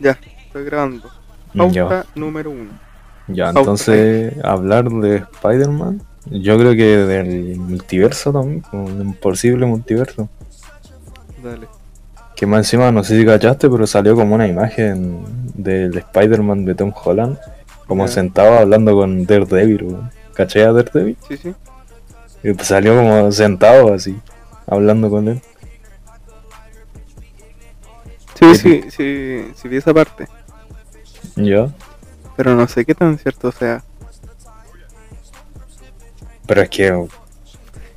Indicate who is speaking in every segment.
Speaker 1: Ya, estoy grabando.
Speaker 2: Mm, Ya,
Speaker 1: Pauta número uno.
Speaker 2: ya,
Speaker 1: Pauta.
Speaker 2: entonces hablar de Spider-Man, yo creo que del multiverso también, un posible multiverso.
Speaker 1: Dale.
Speaker 2: Que más encima, no sé si cachaste, pero salió como una imagen del Spider-Man de Tom Holland, como
Speaker 1: Ya.
Speaker 2: sentado hablando con Daredevil, weón. ¿Caché a Daredevil?
Speaker 1: Sí, sí.
Speaker 2: Y pues salió como sentado así, hablando con él.
Speaker 1: Sí,
Speaker 2: Sí.
Speaker 1: sí, sí, sí vi esa parte.
Speaker 2: Ya.
Speaker 1: Pero no sé qué tan cierto sea.
Speaker 2: Pero es que,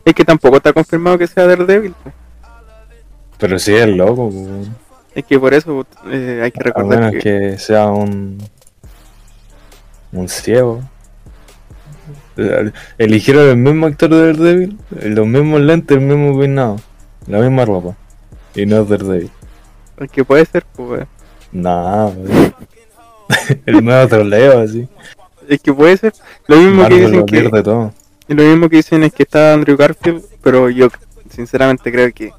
Speaker 1: Es que tampoco está confirmado que sea Daredevil. pues.
Speaker 2: pero sí es loco, weón.
Speaker 1: Es que por eso eh, hay que
Speaker 2: A
Speaker 1: recordar
Speaker 2: menos
Speaker 1: que,
Speaker 2: que sea un. un ciego. Eh, Eligieron el mismo actor de Daredevil, los mismos lentes, el mismo peinado, la misma ropa. Y no es Daredevil.
Speaker 1: el que puede ser, pues.
Speaker 2: Nah, weón. El nuevo troleo, así.
Speaker 1: Es que puede ser. Lo mismo que
Speaker 2: Marvel
Speaker 1: dicen
Speaker 2: lo
Speaker 1: que
Speaker 2: pierde todo.
Speaker 1: Y lo mismo que dicen es que está Andrew Garfield, pero yo sinceramente creo que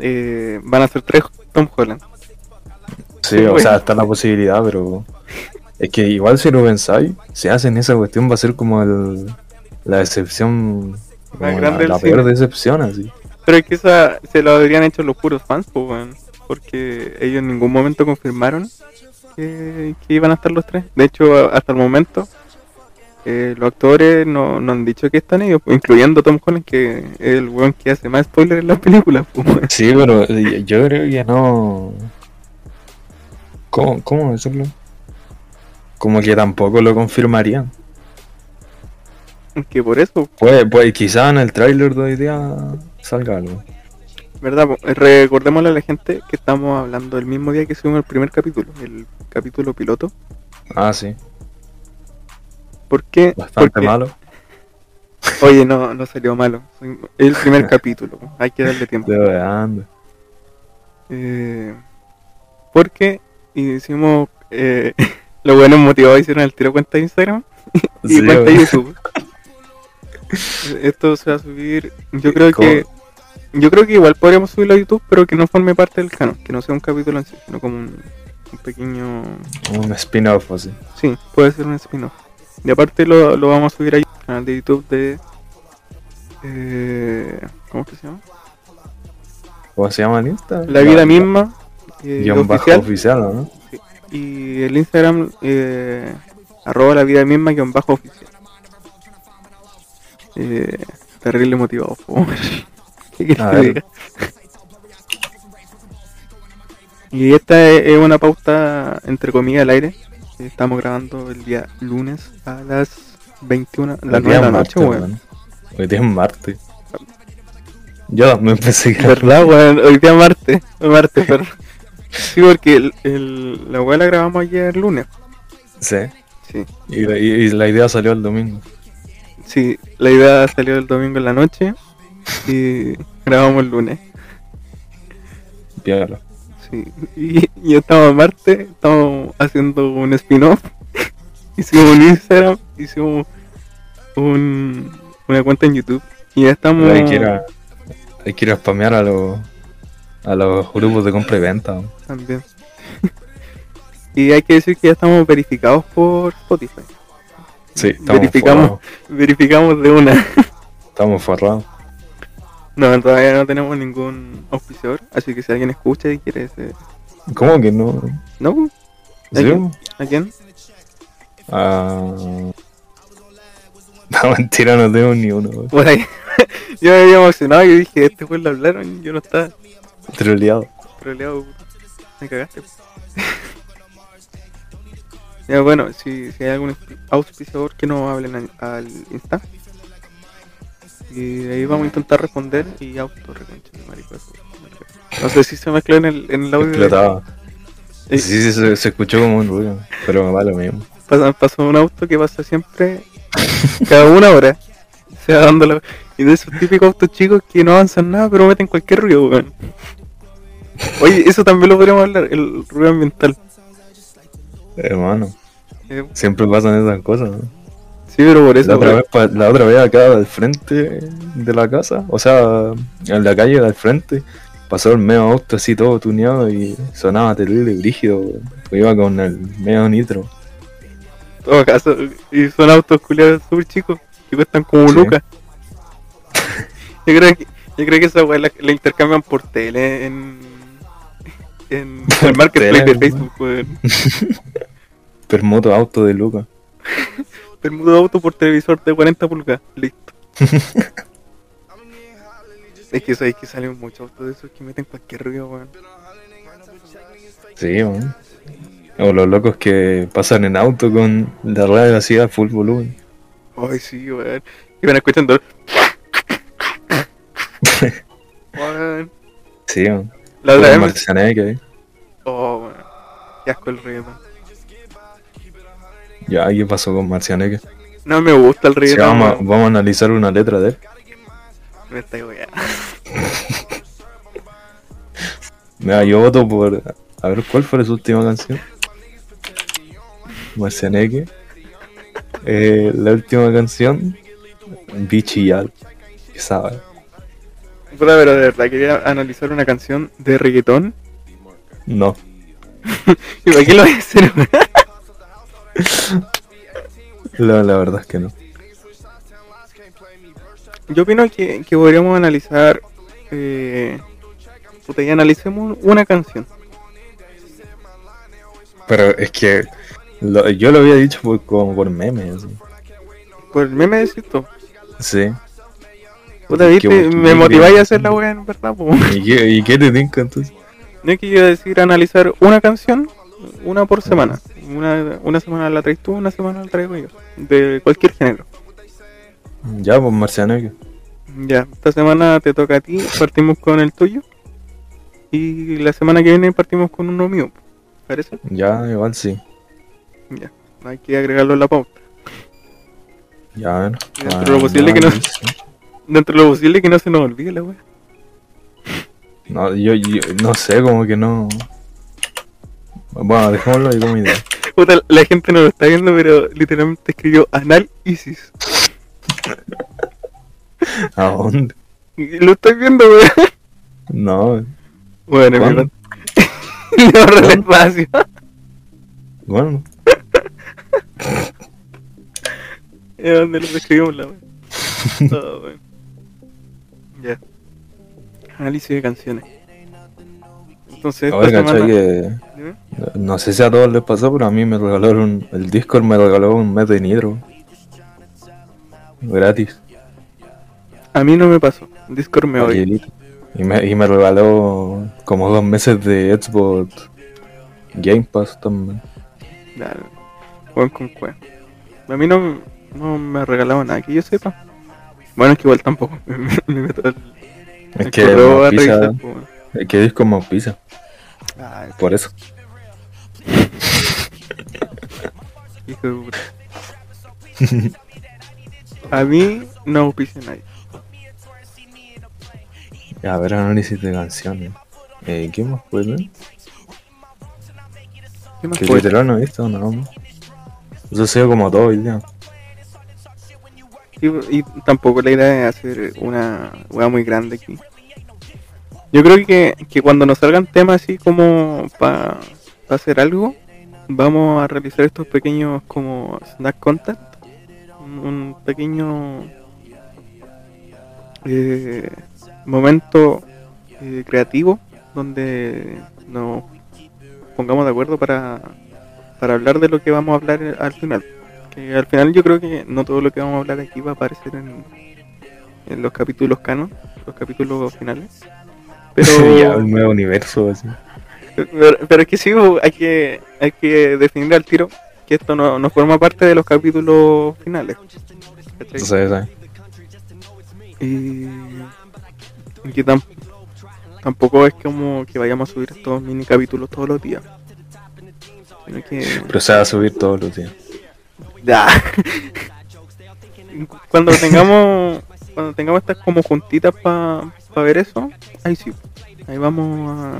Speaker 1: eh, van a ser tres Tom Holland.
Speaker 2: Sí,
Speaker 1: Sí,
Speaker 2: o
Speaker 1: güey.
Speaker 2: sea, está la posibilidad, pero. Es que igual si lo pensáis, si hacen esa cuestión va a ser como el, la decepción. como la,
Speaker 1: grande del
Speaker 2: la peor
Speaker 1: cine.
Speaker 2: decepción, así.
Speaker 1: Pero es que esa se lo habrían hecho los puros fans, pues, weón, porque ellos en ningún momento confirmaron que, que iban a estar los tres. De hecho, a- hasta el momento, eh, los actores no, no han dicho que están ellos, pues, incluyendo Tom Holland, que es el weón que hace más spoilers en las películas. pues, weón.
Speaker 2: Sí, pero eh, yo creo que no. ¿Cómo, cómo decirlo? Como que tampoco lo confirmarían.
Speaker 1: que por eso,
Speaker 2: Pues, pues quizá en el tráiler de hoy día salga algo.
Speaker 1: ¿Verdad? po? Recordémosle a la gente que estamos hablando el mismo día que subimos el primer capítulo, el capítulo piloto.
Speaker 2: Ah, sí.
Speaker 1: ¿Por qué?
Speaker 2: Bastante
Speaker 1: Porque-
Speaker 2: malo.
Speaker 1: Oye, no, no salió malo. Soy- El primer capítulo, po. hay que darle tiempo.
Speaker 2: De verdad.
Speaker 1: Eh, porque hicimos. Eh, los buenos motivados hicieron el tiro cuenta de Instagram y
Speaker 2: Sí,
Speaker 1: cuenta de
Speaker 2: güey.
Speaker 1: YouTube. Esto se va a subir. Yo creo
Speaker 2: ¿Cómo?
Speaker 1: que. Yo creo que igual podríamos subirlo a YouTube, pero que no forme parte del canon, que no sea un capítulo en sí, sino como un- un pequeño
Speaker 2: Un spin-off, así.
Speaker 1: Sí, puede ser un spin-off. Y aparte lo, lo vamos a subir ahí al canal de YouTube de. Eh, ¿Cómo es que se llama?
Speaker 2: ¿Cómo se llama el Insta?
Speaker 1: La vida misma. eh,
Speaker 2: Guión bajo
Speaker 1: oficial.
Speaker 2: oficial, ¿o ¿no?
Speaker 1: Y el Instagram. Eh, arroba la vida misma guión bajo oficial. Eh, terrible motivado, po. ¿Qué querés
Speaker 2: A
Speaker 1: que
Speaker 2: ver.
Speaker 1: diga? Y esta es es una pauta entre comillas al aire. Estamos grabando el día lunes a las 21
Speaker 2: Hoy
Speaker 1: las 9
Speaker 2: día
Speaker 1: de la
Speaker 2: es
Speaker 1: noche,
Speaker 2: martes,
Speaker 1: weón.
Speaker 2: weón. Hoy día es martes. Yo me empecé a
Speaker 1: ¿Verdad, weón? Hoy día martes. Martes, perdón. Sí, porque el, el- la weá la grabamos ayer lunes.
Speaker 2: Sí.
Speaker 1: Sí.
Speaker 2: Y, la- y- y la idea salió el domingo.
Speaker 1: Sí, la idea salió el domingo en la noche y grabamos el lunes.
Speaker 2: Piola.
Speaker 1: Sí. Y, y estamos martes, estamos haciendo un spin-off. hicimos un Instagram, hicimos un, una cuenta en YouTube. Y ya estamos.
Speaker 2: Pero Hay que ir a, hay que ir a spamear a los, a los grupos de compra y venta. weón.
Speaker 1: También. y hay que decir que ya estamos verificados por Spotify.
Speaker 2: Sí, estamos
Speaker 1: Verificamos.
Speaker 2: forrados,
Speaker 1: Verificamos de una.
Speaker 2: Estamos forrados.
Speaker 1: No, todavía no tenemos ningún auspiciador. Así que si alguien escucha y quiere. ese-
Speaker 2: ¿Cómo que no?
Speaker 1: ¿No?
Speaker 2: ¿Sí?
Speaker 1: ¿A quién? ¿A quién?
Speaker 2: Ah. No, mentira, no tengo ni uno. weón.
Speaker 1: Por ahí. yo me había emocionado y dije: Este juego lo hablaron. Yo no estaba.
Speaker 2: Troleado.
Speaker 1: troleado. Me cagaste. ya, bueno, si, si hay algún auspiciador que no hablen al, al Insta. Y ahí vamos a intentar responder y auto No sé si se mezcló en el, en el audio.
Speaker 2: Explotaba.
Speaker 1: Eh,
Speaker 2: Sí, sí, se, se escuchó como un ruido. Pero me va lo mismo.
Speaker 1: pasa- pasó un auto que pasa siempre cada una hora. Se va dando la- Y de esos típicos autos chicos que no avanzan nada, pero meten cualquier ruido, weón. Oye, eso también lo podríamos hablar, el ruido ambiental.
Speaker 2: Hermano,
Speaker 1: Eh,
Speaker 2: siempre pasan esas cosas. ¿no?
Speaker 1: Sí, pero por eso.
Speaker 2: La otra,
Speaker 1: güey.
Speaker 2: vez, pa- la otra vez acá al frente de la casa, o sea, en la calle del frente, pasó el medio auto así todo tuneado y sonaba terrible brígido, weón. Pues iba con el medio nitro.
Speaker 1: En todo caso, y son autos culiados súper chicos, que cuestan como
Speaker 2: Sí.
Speaker 1: lucas. yo creo que, yo creo que esa weá la, la intercambian por tele en, en
Speaker 2: Por
Speaker 1: el marketplace
Speaker 2: tele,
Speaker 1: de Facebook, weón.
Speaker 2: Permoto auto de Luca.
Speaker 1: Permudo auto por televisor de 40 pulgadas, listo. es que eso hay que salen muchos autos de esos que meten cualquier ruido, weón.
Speaker 2: Sí, weón. O los locos que pasan en auto con la rueda de la ciudad full volumen.
Speaker 1: Ay, sí, weón. Y van escuchando. weón.
Speaker 2: Sí, weón.
Speaker 1: La otra
Speaker 2: Puro
Speaker 1: vez me-
Speaker 2: Schwarzenegger, eh.
Speaker 1: Oh, weón. Qué asco el reggaetón.
Speaker 2: Ya, ¿qué pasó con Marcianeque?
Speaker 1: No me gusta el reggaetón.
Speaker 2: vamos, a-
Speaker 1: weón.
Speaker 2: vamos a analizar una letra de él.
Speaker 1: Me está weón.
Speaker 2: Mira, yo voto por. A ver, ¿cuál fue su última canción? Marcianeque. Eh, la última canción. Bichillar. ¿Qué sabe?
Speaker 1: Puta, pero de verdad quería analizar una canción de reggaetón.
Speaker 2: No.
Speaker 1: ¿Y para qué lo voy a hacer, weón?
Speaker 2: La, la verdad es que no.
Speaker 1: Yo opino que, que podríamos analizar. Eh, puta, ya analicemos una canción.
Speaker 2: Pero es que. lo- yo lo había dicho por, como por memes. así.
Speaker 1: Por el meme de esto.
Speaker 2: Sí.
Speaker 1: Puta,
Speaker 2: Qué
Speaker 1: viste,
Speaker 2: bonito,
Speaker 1: me
Speaker 2: qué
Speaker 1: motiváis
Speaker 2: bien.
Speaker 1: a hacer la weá en verdad, po.
Speaker 2: ¿Y qué, y qué te tinca entonces?
Speaker 1: No es que yo decir analizar una canción, una por semana. Una, una semana la traes tú, una semana la traigo yo. De cualquier género.
Speaker 2: Ya, pues Marcianeque.
Speaker 1: Ya, esta semana te toca a ti, partimos con el tuyo. Y la semana que viene partimos con uno mío. ¿Parece?
Speaker 2: Ya, igual sí.
Speaker 1: Ya, hay que agregarlo en la pauta.
Speaker 2: Ya, bueno. Ah,
Speaker 1: Dentro de lo posible que no- Dentro de lo posible que no se nos olvide la wea.
Speaker 2: No, yo, yo no sé, como que no. Bueno, dejémoslo ahí como idea.
Speaker 1: Puta, la gente no lo está viendo, pero literalmente escribió Anal Isis.
Speaker 2: ¿A dónde?
Speaker 1: Y Lo estoy viendo, weón.
Speaker 2: No,
Speaker 1: Bueno, mi
Speaker 2: ¿Cuándo?
Speaker 1: hermano. Le ahorra el espacio.
Speaker 2: bueno,
Speaker 1: Es donde lo escribimos la wea. Todo, weón. Ya. Análisis de canciones. Entonces, esta
Speaker 2: ahora
Speaker 1: semana.
Speaker 2: cachai que.
Speaker 1: Dime.
Speaker 2: No sé si a todos les pasó, pero a mí me regalaron. El Discord me regaló un mes de Nitro. Gratis.
Speaker 1: A mí no me pasó. Discord me odia.
Speaker 2: Oye, Y me, y me regaló como dos meses de Xbox Game Pass también.
Speaker 1: Dale. Juegan con cueva. A mí no, no me ha regalado nada que yo sepa. Bueno, es que igual tampoco. me meto al
Speaker 2: Es
Speaker 1: al
Speaker 2: que,
Speaker 1: correo
Speaker 2: me
Speaker 1: a
Speaker 2: auspicia-
Speaker 1: revisar, po, weón.
Speaker 2: es que Discord me pisa, por eso.
Speaker 1: Hijo de puta. A mí no auspicia nadie.
Speaker 2: A ver, análisis de canciones. Eh, ¿Qué más puede ver?
Speaker 1: ¿Qué más
Speaker 2: Que
Speaker 1: puede
Speaker 2: literal no he visto nada más. Eso ha sido como todo el día.
Speaker 1: Sí, y tampoco la idea es hacer una hueá muy grande aquí. Yo creo que, que cuando nos salgan temas así como para hacer algo, vamos a realizar estos pequeños como snack content. Un, un pequeño eh, momento eh, creativo donde nos pongamos de acuerdo para, para hablar de lo que vamos a hablar al final. Que al final yo creo que no todo lo que vamos a hablar aquí va a aparecer en, en los capítulos canon, los capítulos finales.
Speaker 2: ya,
Speaker 1: Pero,
Speaker 2: el nuevo universo, así.
Speaker 1: pero, pero es que sí, bo, hay que, hay que definir al tiro que esto no, no forma parte de los capítulos finales. ¿cachai?
Speaker 2: Entonces, ¿sabes?
Speaker 1: Y, y que tam- tampoco es como que vayamos a subir estos mini capítulos todos los días. Sino que...
Speaker 2: Pero se va a subir todos los días.
Speaker 1: Ya. cuando tengamos cuando tengamos estas como juntitas para ver eso, ahí sí. Ahí vamos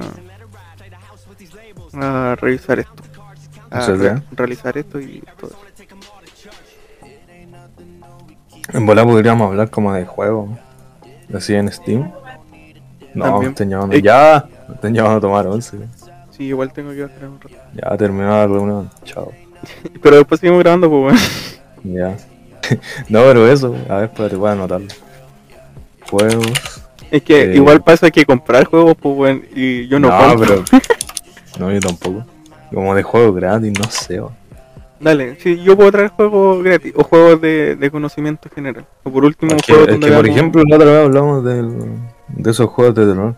Speaker 1: a, a revisar esto. A
Speaker 2: Eso es
Speaker 1: re-
Speaker 2: ya.
Speaker 1: realizar esto y todo. eso.
Speaker 2: En bola podríamos hablar como de juego. Así en Steam. No,
Speaker 1: También. Eh.
Speaker 2: me están llamando.
Speaker 1: Ey.
Speaker 2: Ya, me están llamando a tomar once.
Speaker 1: Sí, igual tengo que bajar un rato.
Speaker 2: Ya terminó la reunión. Chao.
Speaker 1: Pero después seguimos grabando, pues, weón.
Speaker 2: Ya. no, pero eso. A ver, espérate, voy a anotarlo. Juegos.
Speaker 1: Es que
Speaker 2: Eh.
Speaker 1: igual pasa que comprar juegos, pues, weón. Y yo no, compro.
Speaker 2: pero. No, yo tampoco. Como de juego gratis, no sé. va.
Speaker 1: Dale, sí, yo puedo traer juegos gratis o juegos de, de conocimiento general. O por último,
Speaker 2: Es que,
Speaker 1: juegos
Speaker 2: es
Speaker 1: donde
Speaker 2: que, por
Speaker 1: veamos-
Speaker 2: ejemplo, la otra vez hablamos del- de esos juegos de terror.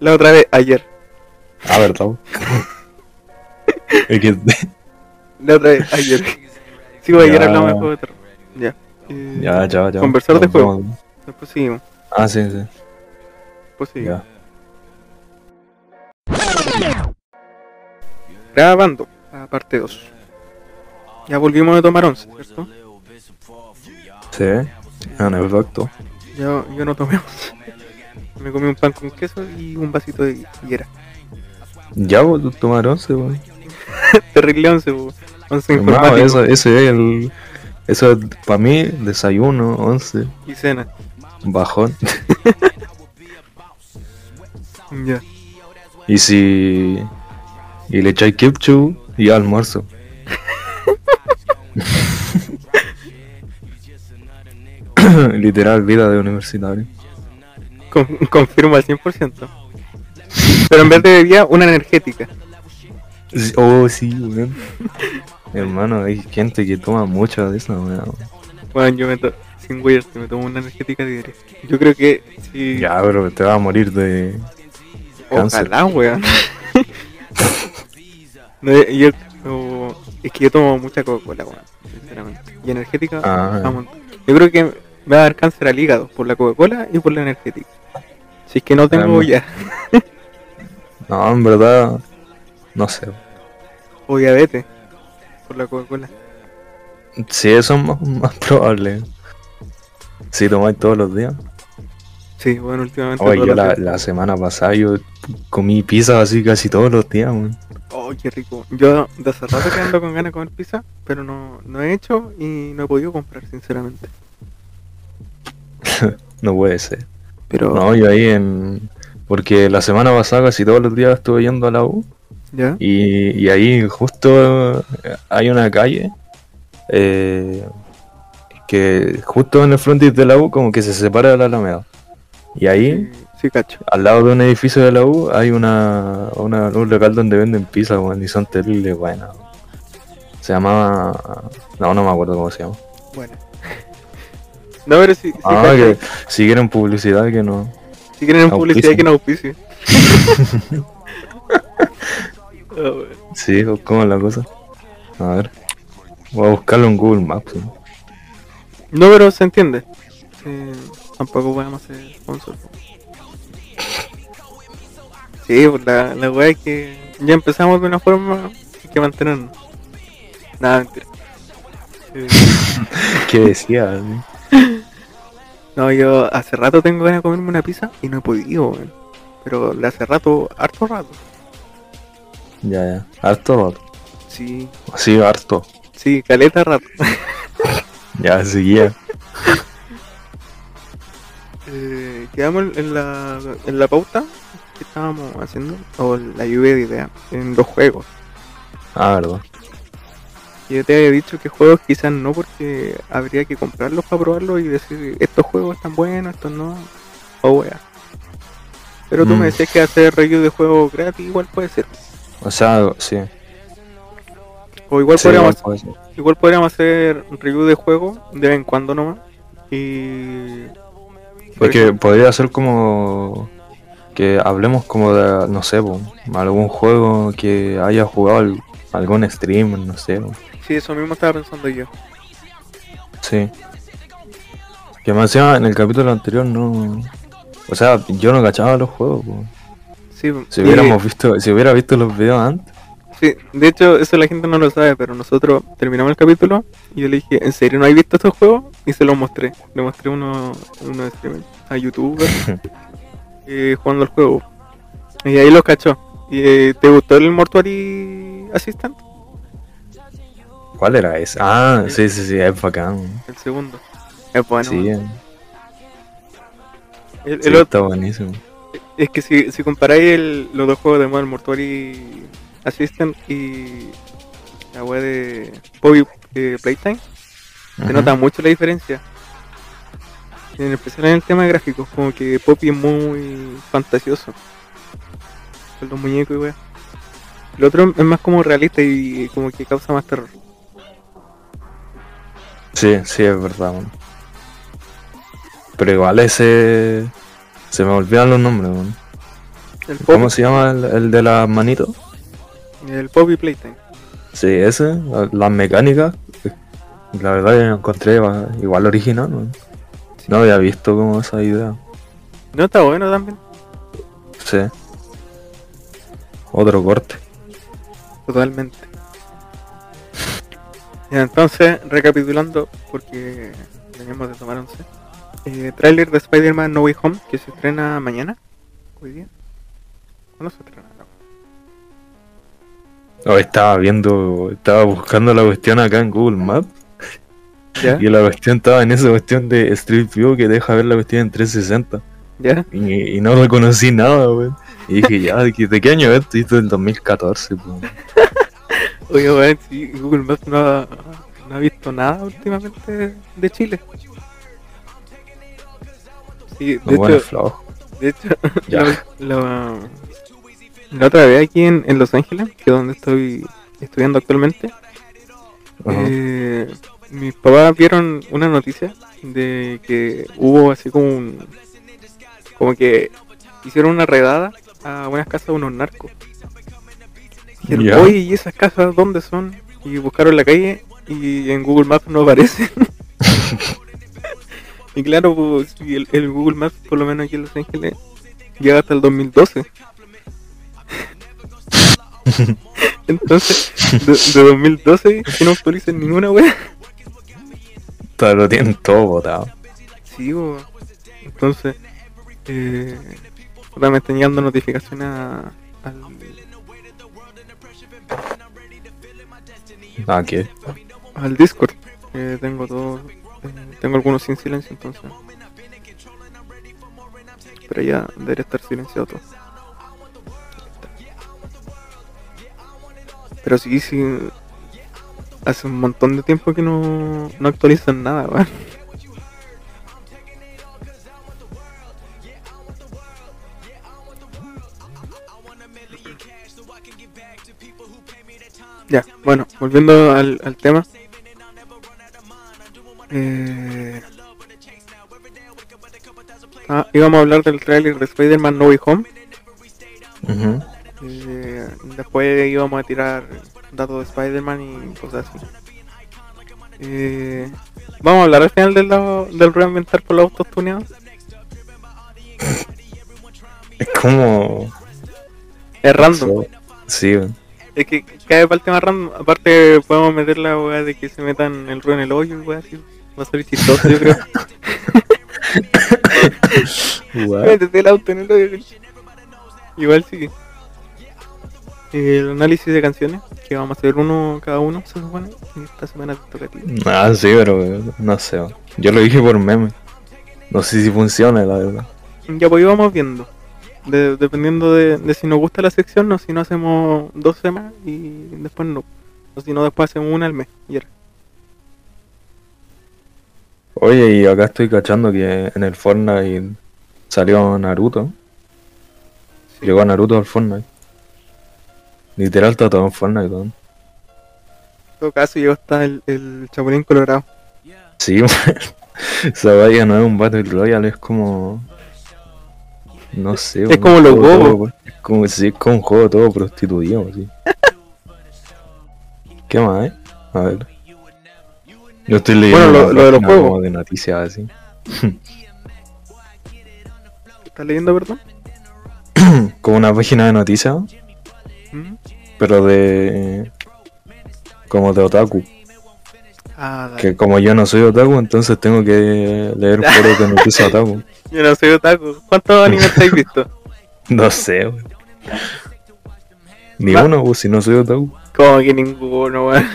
Speaker 1: La otra vez, ayer.
Speaker 2: Ah, ¿verdad? po? es que.
Speaker 1: La otra vez, ayer. sí, pues, ayer
Speaker 2: Ya.
Speaker 1: hablamos de juegos de terror. Ya. Eh, pues
Speaker 2: Ya, chao, chao.
Speaker 1: Conversar de
Speaker 2: Nos
Speaker 1: juego.
Speaker 2: vemos.
Speaker 1: Después seguimos.
Speaker 2: Ah, sí, sí.
Speaker 1: Después seguimos.
Speaker 2: Ya.
Speaker 1: Grabando. La parte 2. Ya volvimos de tomar 11, ¿cierto?
Speaker 2: Sí. Ah, En efecto.
Speaker 1: Yo, yo no tomé once. Me comí un pan con queso y un vasito de higuera.
Speaker 2: Ya, vos tomar once, weón.
Speaker 1: Terrible 11, 11
Speaker 2: Hermano,
Speaker 1: informático
Speaker 2: eso, eso es el. Eso es para mí, desayuno, once,
Speaker 1: y cena.
Speaker 2: bajón.
Speaker 1: Ya.
Speaker 2: Y si. Y le echáis ketchup y almuerzo. Literal, vida de universitario.
Speaker 1: Con- confirmo al 100%. Pero en vez de bebida, una energética.
Speaker 2: Sí, Oh, sí, weón. Hermano, hay gente que toma mucha de esa, weón.
Speaker 1: Bueno, yo me to- sin weird, me tomo una energética diaria. Yo creo que si.
Speaker 2: Ya, pero te vas a morir de. cáncer.
Speaker 1: Ojalá, weón. No, yo- yo- es que yo tomo mucha Coca-Cola, weón. Sinceramente. Y energética,
Speaker 2: Ah.
Speaker 1: a montón. Yo creo que me va a dar cáncer al hígado por la Coca-Cola y por la energética. Si es que no tengo
Speaker 2: no.
Speaker 1: ya.
Speaker 2: No, en verdad. No sé.
Speaker 1: O diabetes por la Coca-Cola.
Speaker 2: Sí, eso es más, más probable. Si tomáis todos los días.
Speaker 1: Sí, bueno, últimamente.
Speaker 2: Oye,
Speaker 1: todos
Speaker 2: yo
Speaker 1: los
Speaker 2: la,
Speaker 1: días.
Speaker 2: la semana pasada yo comí pizza así casi todos los días, weón.
Speaker 1: Oh, qué rico. Yo de hace rato que ando con ganas de comer pizza, pero no, no he hecho y no he podido comprar, sinceramente.
Speaker 2: No puede ser.
Speaker 1: Pero,
Speaker 2: No, yo ahí en. Porque la semana pasada casi todos los días estuve yendo a la U.
Speaker 1: ¿ya?
Speaker 2: Y, y ahí justo eh, hay una calle eh, que justo en el frontis de la U como que se separa de la Alameda. Y ahí,
Speaker 1: Sí, sí, cacho.
Speaker 2: al lado de un edificio de la U, hay una, una- un local donde venden pizza, weón, y son terribles, bueno. Se llamaba... No, no me acuerdo cómo se llama.
Speaker 1: Bueno. No, pero si, si,
Speaker 2: Ah,
Speaker 1: cacho,
Speaker 2: que si quieren publicidad que no.
Speaker 1: si quieren
Speaker 2: auspicio.
Speaker 1: publicidad que no auspicie. Ah, bueno.
Speaker 2: Sí, o ¿cómo es la cosa? A ver. Voy a buscarlo en Google Maps. ¿no?
Speaker 1: no, pero se entiende. Sí, tampoco podemos ser sponsor. po. Sí, pues la, la weá es que ya empezamos de una forma hay que mantenernos. Nada, mentira. Sí.
Speaker 2: ¿Qué decía?
Speaker 1: No, yo hace rato tengo ganas de comerme una pizza y no he podido, weón. Pero le hace rato, harto rato.
Speaker 2: Ya, ya. Harto rato.
Speaker 1: Sí,
Speaker 2: Sí, harto.
Speaker 1: sí, caleta rato.
Speaker 2: Ya, seguía.
Speaker 1: Eh, quedamos en la, en la pauta que estábamos haciendo, o la lluvia de ideas, en los juegos.
Speaker 2: Ah, verdad.
Speaker 1: Yo te había dicho que juegos quizás no, porque habría que comprarlos para probarlos y decir, estos juegos están buenos, estos no, o wea. Pero tú
Speaker 2: Mm.
Speaker 1: me decías que hacer review de juegos gratis igual puede ser.
Speaker 2: O sea, sí.
Speaker 1: O igual
Speaker 2: sí,
Speaker 1: podríamos
Speaker 2: puede ser.
Speaker 1: Igual podríamos hacer review de juego de vez en cuando nomás. Y. por
Speaker 2: Porque
Speaker 1: ejemplo,
Speaker 2: podría ser como. Que hablemos como de, no sé, po, algún juego que haya jugado al- algún streamer, no sé. po.
Speaker 1: Sí, eso mismo estaba pensando yo.
Speaker 2: Sí. Que me decía en el capítulo anterior, no. O sea, yo no cachaba los juegos. po.
Speaker 1: Sí,
Speaker 2: Si
Speaker 1: y-
Speaker 2: hubiéramos visto, si hubiera visto los videos antes.
Speaker 1: sí, de hecho, eso la gente no lo sabe, pero nosotros terminamos el capítulo y yo le dije, ¿en serio no hay visto estos juegos? Y se los mostré. Le mostré uno, uno de streamer, a youtuber eh, jugando el juego. Y ahí los cachó. ¿Y, eh, ¿Te gustó el Mortuary Assistant?
Speaker 2: ¿Cuál era ese? Ah, sí, sí, sí, es bacán.
Speaker 1: El segundo. Es bueno.
Speaker 2: sí, eh,
Speaker 1: El, el
Speaker 2: sí,
Speaker 1: otro,
Speaker 2: está buenísimo.
Speaker 1: Es que si, si comparáis el- los dos juegos de Modern Mortuary Assistant y la wea de Bobby eh, Playtime, se nota mucho la diferencia. En especial en el tema de gráficos, como que Poppy es muy fantasioso. Con los muñecos y weá. El otro es más como realista y como que causa más terror.
Speaker 2: Sí, sí, es verdad, weón. Pero igual ese. Se me olvidan los nombres, weón.
Speaker 1: El Poppy,
Speaker 2: ¿Cómo se llama el, el de las manitos?
Speaker 1: el Poppy Playtime.
Speaker 2: Sí, ese, la- las mecánicas. La verdad, yo lo encontré va- igual original, weón. No había visto como esa idea.
Speaker 1: No está bueno también.
Speaker 2: Sí. Otro corte.
Speaker 1: Totalmente. Ya, entonces, recapitulando, porque tenemos de tomar once. Eh, trailer de Spider-Man No Way Home, que se estrena mañana. Hoy día. ¿Cuándo se estrena? No.
Speaker 2: Oh, estaba viendo, estaba buscando la cuestión acá en Google Maps.
Speaker 1: ¿Ya?
Speaker 2: Y la cuestión estaba en esa cuestión de Street View que deja ver la cuestión en 360.
Speaker 1: ¿Ya?
Speaker 2: Y, y no reconocí nada, weón. Y dije, ya, ¿de qué, de qué año es esto? Y esto es del 2014, pues.
Speaker 1: Oye, weón, si Google Maps no ha, no ha visto nada últimamente de Chile. Sí, de
Speaker 2: No bueno,
Speaker 1: hecho,
Speaker 2: flojo.
Speaker 1: de hecho
Speaker 2: Ya.
Speaker 1: la- la- la otra vez aquí en, en Los Ángeles, que es donde estoy estudiando actualmente,
Speaker 2: Ajá.
Speaker 1: Eh, mis papás vieron una noticia de que hubo así como un. Como que hicieron una redada a unas casas de unos narcos. Dijeron,
Speaker 2: Ya.
Speaker 1: oye, ¿y esas casas dónde son? Y buscaron la calle y en Google Maps no aparece. y claro, pues, y el, el Google Maps, por lo menos aquí en Los Ángeles, llega hasta el 2012. Entonces, de, de 2012 que no actualicen ninguna wea.
Speaker 2: Está- Lo tienen todo botado.
Speaker 1: Sí, bo. Entonces, eh, puta, me están llegando notificaciones a- al,
Speaker 2: Ah, ¿qué?
Speaker 1: al Discord. Eh, tengo todo, eh, tengo algunos sin silencio, entonces. Pero ya debería estar silenciado todo. Pero sí, sí. Hace un montón de tiempo que no, no actualizan nada, weón. Ya, bueno, volviendo al, al tema. Eh, ah, íbamos a hablar del tráiler de Spider-Man No Way Home.
Speaker 2: Ujú.
Speaker 1: eh, después íbamos a tirar datos de Spider-Man y cosas así. Eh, vamos a hablar al final del, lado- del reinventar por los autos tuneados.
Speaker 2: Es como.
Speaker 1: Es random.
Speaker 2: Sí, weón.
Speaker 1: Es que cada parte más random. Aparte, podemos meter la weá de que se metan el ruido en el hoyo y weá así. Va a ser chistoso, yo creo. Métete el auto en el hoyo. Igual sí. Eh, El análisis de canciones, que vamos a hacer uno cada uno, se supone. Y esta semana te toca a ti.
Speaker 2: Ah, sí, pero eh, no sé. weón. Yo lo dije por meme. No sé si funciona, la verdad.
Speaker 1: Ya pues ahí vamos viendo. De- dependiendo de, de si nos gusta la sección o si no hacemos dos semanas y después no. O si no, después hacemos una al mes. Y era.
Speaker 2: Oye, y acá estoy cachando que en el Fortnite salió Naruto. Llegó Naruto al Fortnite. Literal está todo en Fortnite, weón.
Speaker 1: En todo caso, llegó hasta el, el Chapulín Colorado.
Speaker 2: Sí, esa valla no es un Battle Royale, es como. No sé,
Speaker 1: Es
Speaker 2: weón,
Speaker 1: como los
Speaker 2: un juego
Speaker 1: bobos.
Speaker 2: todo- Es como, sí, es como un juego todo prostituido, así. ¿Qué más, eh? A ver. Yo estoy leyendo.
Speaker 1: Bueno, lo-
Speaker 2: la
Speaker 1: lo de los
Speaker 2: página
Speaker 1: juegos.
Speaker 2: como de noticias así.
Speaker 1: ¿Estás leyendo, perdón?
Speaker 2: Como una página de noticias,
Speaker 1: ¿Mm?
Speaker 2: pero de. Como de otaku.
Speaker 1: Ah, dale.
Speaker 2: Que como yo no soy otaku, entonces tengo que leer puro de noticias otaku.
Speaker 1: Yo no soy otaku. ¿Cuántos animes estáis visto?
Speaker 2: No sé, weón. Ni
Speaker 1: Va-
Speaker 2: uno, weón, si no soy otaku.
Speaker 1: Como que ninguno, weón.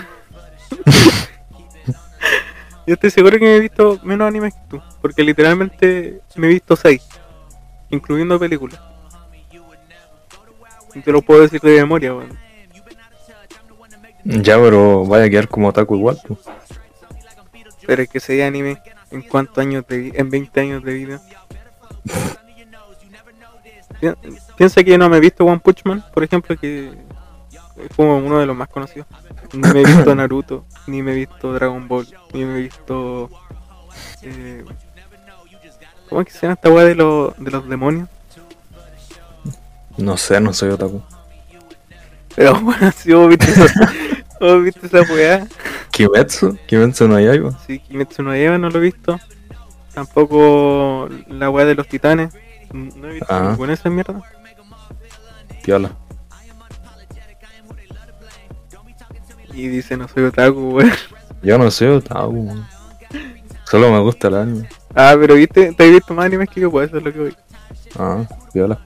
Speaker 1: Yo estoy seguro que me he visto menos animes que tú. Porque literalmente me he visto seis. Incluyendo películas. Te lo puedo decir de memoria, weón.
Speaker 2: Ya, pero vaya a quedar como Otaku igual, pues.
Speaker 1: Pero es que se anime en cuántos años de vi- en 20 años de vida. Pi- Piensa que yo no me he visto One Punch Man, por ejemplo, que es como uno de los más conocidos. Ni me he visto Naruto, ni me he visto Dragon Ball, ni me he visto. eh, ¿Cómo es que se llama esta weá de, los- de los demonios?
Speaker 2: No sé, no soy Otaku.
Speaker 1: Pero bueno, si vos viste esa, vos viste esa weá.
Speaker 2: ¿Kimetsu? ¿Kimetsu no hay algo?
Speaker 1: Sí, Kimetsu no Yaiba no lo he visto. Tampoco la weá de los titanes. N- No he visto
Speaker 2: Ah.
Speaker 1: ninguna de esas mierdas.
Speaker 2: Tiola.
Speaker 1: Y dice, no soy otaku, weón.
Speaker 2: Yo no soy Otaku, man. Solo me gusta el anime.
Speaker 1: Ah, pero viste, te he visto más animes que yo, pues eso es lo que voy.
Speaker 2: Ah, piola.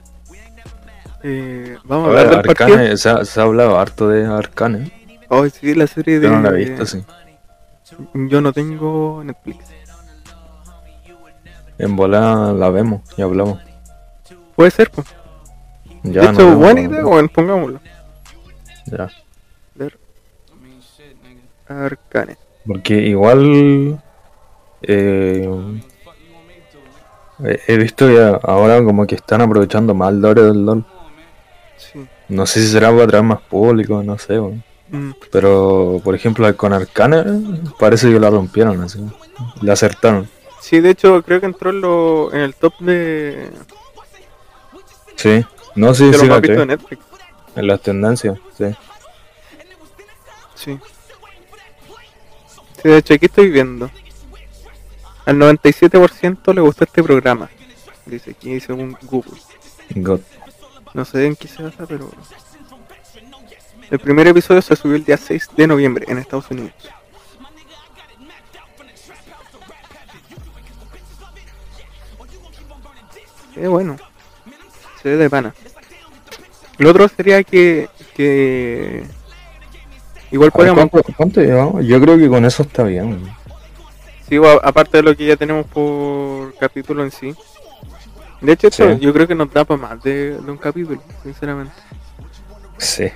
Speaker 1: Eh, vamos a
Speaker 2: Ahora,
Speaker 1: hablar del partido.
Speaker 2: Arcane, se ha, se ha hablado harto de Arcane. ¿eh?
Speaker 1: Oh, sí, la serie de.
Speaker 2: Yo no la he visto, sí.
Speaker 1: Yo no tengo Netflix.
Speaker 2: En bola la vemos y hablamos.
Speaker 1: Puede ser, pues.
Speaker 2: Ya,
Speaker 1: de
Speaker 2: no
Speaker 1: hecho,
Speaker 2: vemos,
Speaker 1: buena
Speaker 2: no
Speaker 1: idea,
Speaker 2: vemos.
Speaker 1: weón, pongámoslo.
Speaker 2: Ya.
Speaker 1: Arcane.
Speaker 2: Porque igual eh, he- he visto que ahora como que están aprovechando más el lore del LOL.
Speaker 1: Sí.
Speaker 2: No sé si será para atraer más público, no sé. weón.
Speaker 1: Mm,
Speaker 2: Pero por ejemplo con Arcana parece que la rompieron así. La acertaron.
Speaker 1: Sí, de hecho, creo que entró en, lo- en el top de,
Speaker 2: Sí. No sé
Speaker 1: de
Speaker 2: si
Speaker 1: los
Speaker 2: la
Speaker 1: más vistos de
Speaker 2: creo.
Speaker 1: Netflix.
Speaker 2: En las tendencias, sí.
Speaker 1: Sí. Sí, de hecho aquí estoy viendo. Al 97% le gustó este programa. Dice aquí, dice un Google.
Speaker 2: God.
Speaker 1: No sé en qué se basa, pero... El primer episodio se subió el día 6 de noviembre en Estados Unidos. Qué Eh, bueno. Se ve de pana. Lo otro sería que... que... Igual
Speaker 2: A ver,
Speaker 1: podríamos...
Speaker 2: ¿Cuánto, cuánto llevamos? Yo creo que con eso está bien. weón.
Speaker 1: Sí, bueno, aparte de lo que ya tenemos por capítulo en sí. De hecho, esto
Speaker 2: Sí.
Speaker 1: yo creo que nos da para más de, de un capítulo, sinceramente.
Speaker 2: Sí.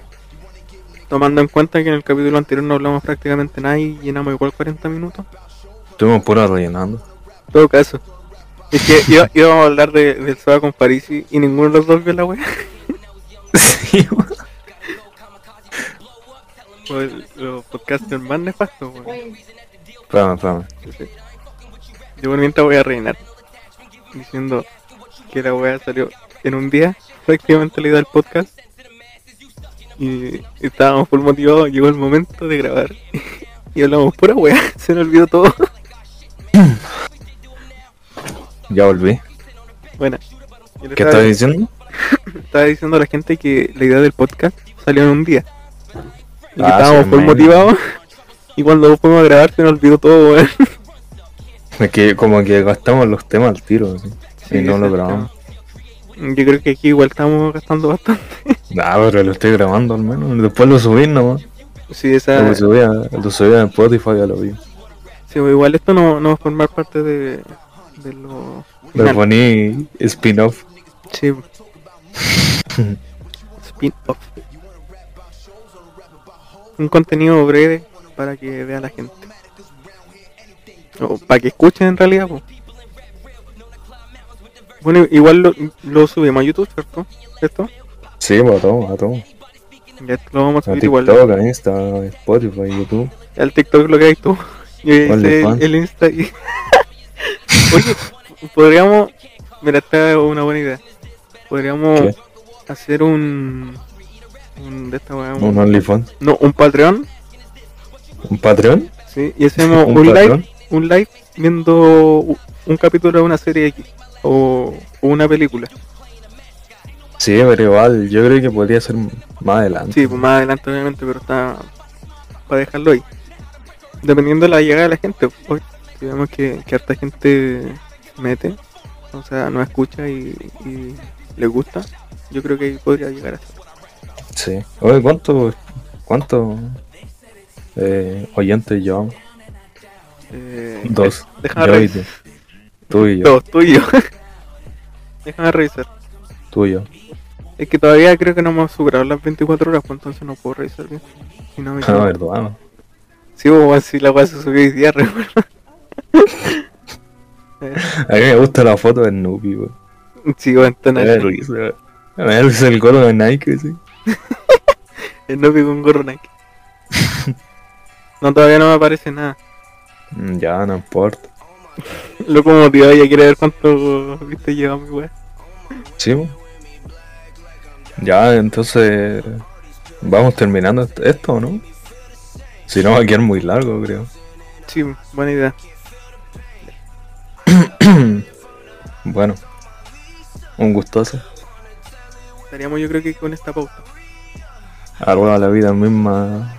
Speaker 1: Tomando en cuenta que en el capítulo anterior no hablamos prácticamente nada y llenamos igual 40 minutos.
Speaker 2: Estuvimos puro rellenando.
Speaker 1: En todo caso. Es que iba- íbamos a hablar de, del Soda con Parisi y ninguno de los dos vio la wea.
Speaker 2: Sí, weón.
Speaker 1: Pues, los podcasters más nefastos, weón.
Speaker 2: Espérame, espérame.
Speaker 1: Sí, sí. Yo por mientras voy a reinar. Diciendo que la wea salió en un día, prácticamente la idea del podcast. Y estábamos full motivados, llegó el momento de grabar. Y hablamos pura wea, se nos olvidó todo.
Speaker 2: Ya volví.
Speaker 1: Bueno, yo le
Speaker 2: ¿Qué
Speaker 1: estaba,
Speaker 2: estás diciendo?
Speaker 1: estaba diciendo a la gente que la idea del podcast salió en un día. Y que
Speaker 2: Ah,
Speaker 1: estábamos
Speaker 2: sí,
Speaker 1: full
Speaker 2: man.
Speaker 1: motivados. Y cuando fuimos a grabar se nos olvidó todo, weón.
Speaker 2: Es que como que gastamos los temas al tiro, así.
Speaker 1: Sí,
Speaker 2: y no
Speaker 1: ese
Speaker 2: lo
Speaker 1: es el
Speaker 2: grabamos.
Speaker 1: tema. Yo creo que aquí igual estamos gastando bastante.
Speaker 2: Nah, Ah, pero lo estoy grabando al menos. Después lo subí nomás.
Speaker 1: Sí, esa,
Speaker 2: Lo subí, a, lo subí a Spotify, ya lo vi.
Speaker 1: Sí, pues, igual esto no, no va a formar parte de, de lo
Speaker 2: Le
Speaker 1: final.
Speaker 2: poní spin-off.
Speaker 1: Sí. Spin-off. Un contenido breve para que vea la gente. O para que escuchen en realidad. po. Bueno, igual lo, lo subimos a YouTube, ¿cierto? ¿Esto?
Speaker 2: Sí, pues a todo, a todo.
Speaker 1: Ya esto lo vamos a
Speaker 2: A
Speaker 1: subir igual.
Speaker 2: TikTok, a Insta, a Spotify, YouTube.
Speaker 1: El TikTok lo que hay tú. Yo ya hice el,
Speaker 2: OnlyFans.
Speaker 1: el Insta y... Oye, podríamos... Mira, esta es una buena idea. Podríamos
Speaker 2: ¿Qué?
Speaker 1: hacer un... un de esta weá, un-
Speaker 2: Un OnlyFans.
Speaker 1: No, un Patreon.
Speaker 2: Un Patreon.
Speaker 1: Sí, y hacemos un,
Speaker 2: ¿Un Patreon?
Speaker 1: live un live viendo u- un capítulo de una serie X. O, o una película.
Speaker 2: Sí, pero igual, yo creo que podría ser más adelante.
Speaker 1: Sí, pues más adelante obviamente, pero está... Para dejarlo ahí. Dependiendo de la llegada de la gente. Hoy, si vemos que, que harta gente mete, o sea, no escucha y, y le gusta, yo creo que ahí podría llegar a ser.
Speaker 2: Sí. Oye, ¿cuánto, cuánto eh, oyentes llevamos?
Speaker 1: Eh,
Speaker 2: Dos.
Speaker 1: Déjame
Speaker 2: Yo y
Speaker 1: revisar.
Speaker 2: tú. Tú y yo.
Speaker 1: Dos, tú y yo. Déjame revisar.
Speaker 2: Tú y yo.
Speaker 1: Es que todavía creo que no hemos superado las 24 horas, pues entonces no puedo revisar bien. Si no me
Speaker 2: Ah,
Speaker 1: equivoco.
Speaker 2: verdad. no.
Speaker 1: Sí, o así la weá se subió hoy día, recuerdo. Eh,
Speaker 2: A mí me gusta la foto de Snoopy, weón.
Speaker 1: sí, weón, está
Speaker 2: Me da
Speaker 1: en
Speaker 2: risa, weón. Me da risa el gorro de Nike, sí.
Speaker 1: el novio con gorro Nike. No, todavía no me aparece nada.
Speaker 2: Mm, Ya, no importa.
Speaker 1: Loco motivado ya quiere ver cuánto viste llevamos, weón.
Speaker 2: Sí, weón. Ya, entonces. Vamos terminando est- esto, ¿no? Si no, va a quedar muy largo, creo.
Speaker 1: Sí, buena idea.
Speaker 2: bueno. Un gustoso.
Speaker 1: Estaríamos yo creo que con esta pauta.
Speaker 2: Arroba la vida misma.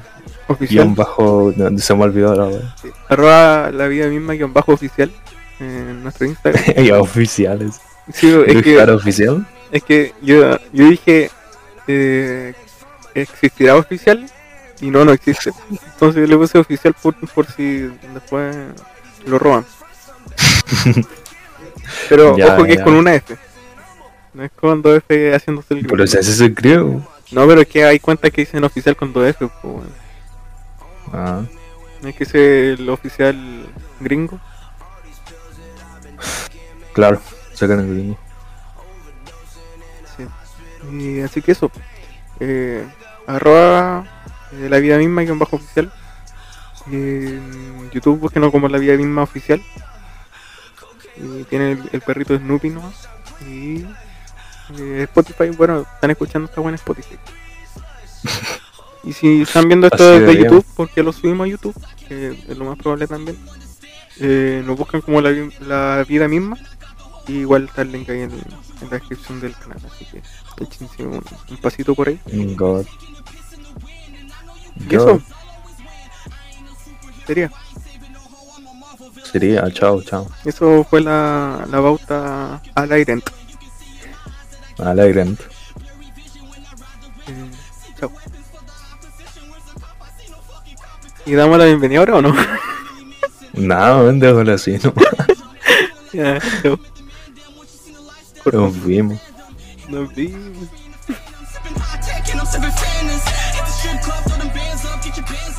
Speaker 1: Oficial.
Speaker 2: Guión bajo. no, se me ha olvidado la weón.
Speaker 1: sí. Arroba la vida misma guión bajo oficial en nuestro Instagram.
Speaker 2: Ya oficiales.
Speaker 1: Sí, es
Speaker 2: ¿Luis
Speaker 1: que
Speaker 2: Jara oficial?
Speaker 1: Es que yo, yo dije, eh, ¿existirá oficial? Y no, no existe. Entonces yo le puse oficial por, por si después lo roban. Pero
Speaker 2: Ya,
Speaker 1: ojo que es
Speaker 2: ya.
Speaker 1: con una F. No es con dos F haciéndose el
Speaker 2: Pero
Speaker 1: gringo.
Speaker 2: si así se escribe.
Speaker 1: No, pero es que hay cuentas que dicen oficial con dos F. po, weón.
Speaker 2: Ah.
Speaker 1: No es que sea el oficial gringo.
Speaker 2: Claro, sacan el gringo.
Speaker 1: Sí. Y así que eso. Eh, arroba eh, la vida misma guión bajo oficial. En YouTube búsquenos como la vida misma oficial. Y tiene el, el perrito Snoopy nomás. Y eh, Spotify, bueno, están escuchando esta buena Spotify. y si están viendo esto
Speaker 2: Así
Speaker 1: desde
Speaker 2: deberíamos.
Speaker 1: YouTube, porque lo subimos a YouTube, que es lo más probable también. eh, nos buscan como la, vi- la vida misma. Y igual está el link ahí en, en la descripción del canal, así que échense un, un pasito por ahí.
Speaker 2: Oh God.
Speaker 1: Y eso sería.
Speaker 2: Sería, chao, chao.
Speaker 1: Eso fue la, la bauta al aire.
Speaker 2: Alegrante.
Speaker 1: Eh, chao. ¿Y damos la bienvenida ahora o no?
Speaker 2: Nada, ven, déjalo así, no.
Speaker 1: ya, chao.
Speaker 2: Nos vimos.
Speaker 1: Nos vimos.
Speaker 3: sipping high tech and I'm sipping fairness. Hit the strip club, throw them bands up, get your bands up.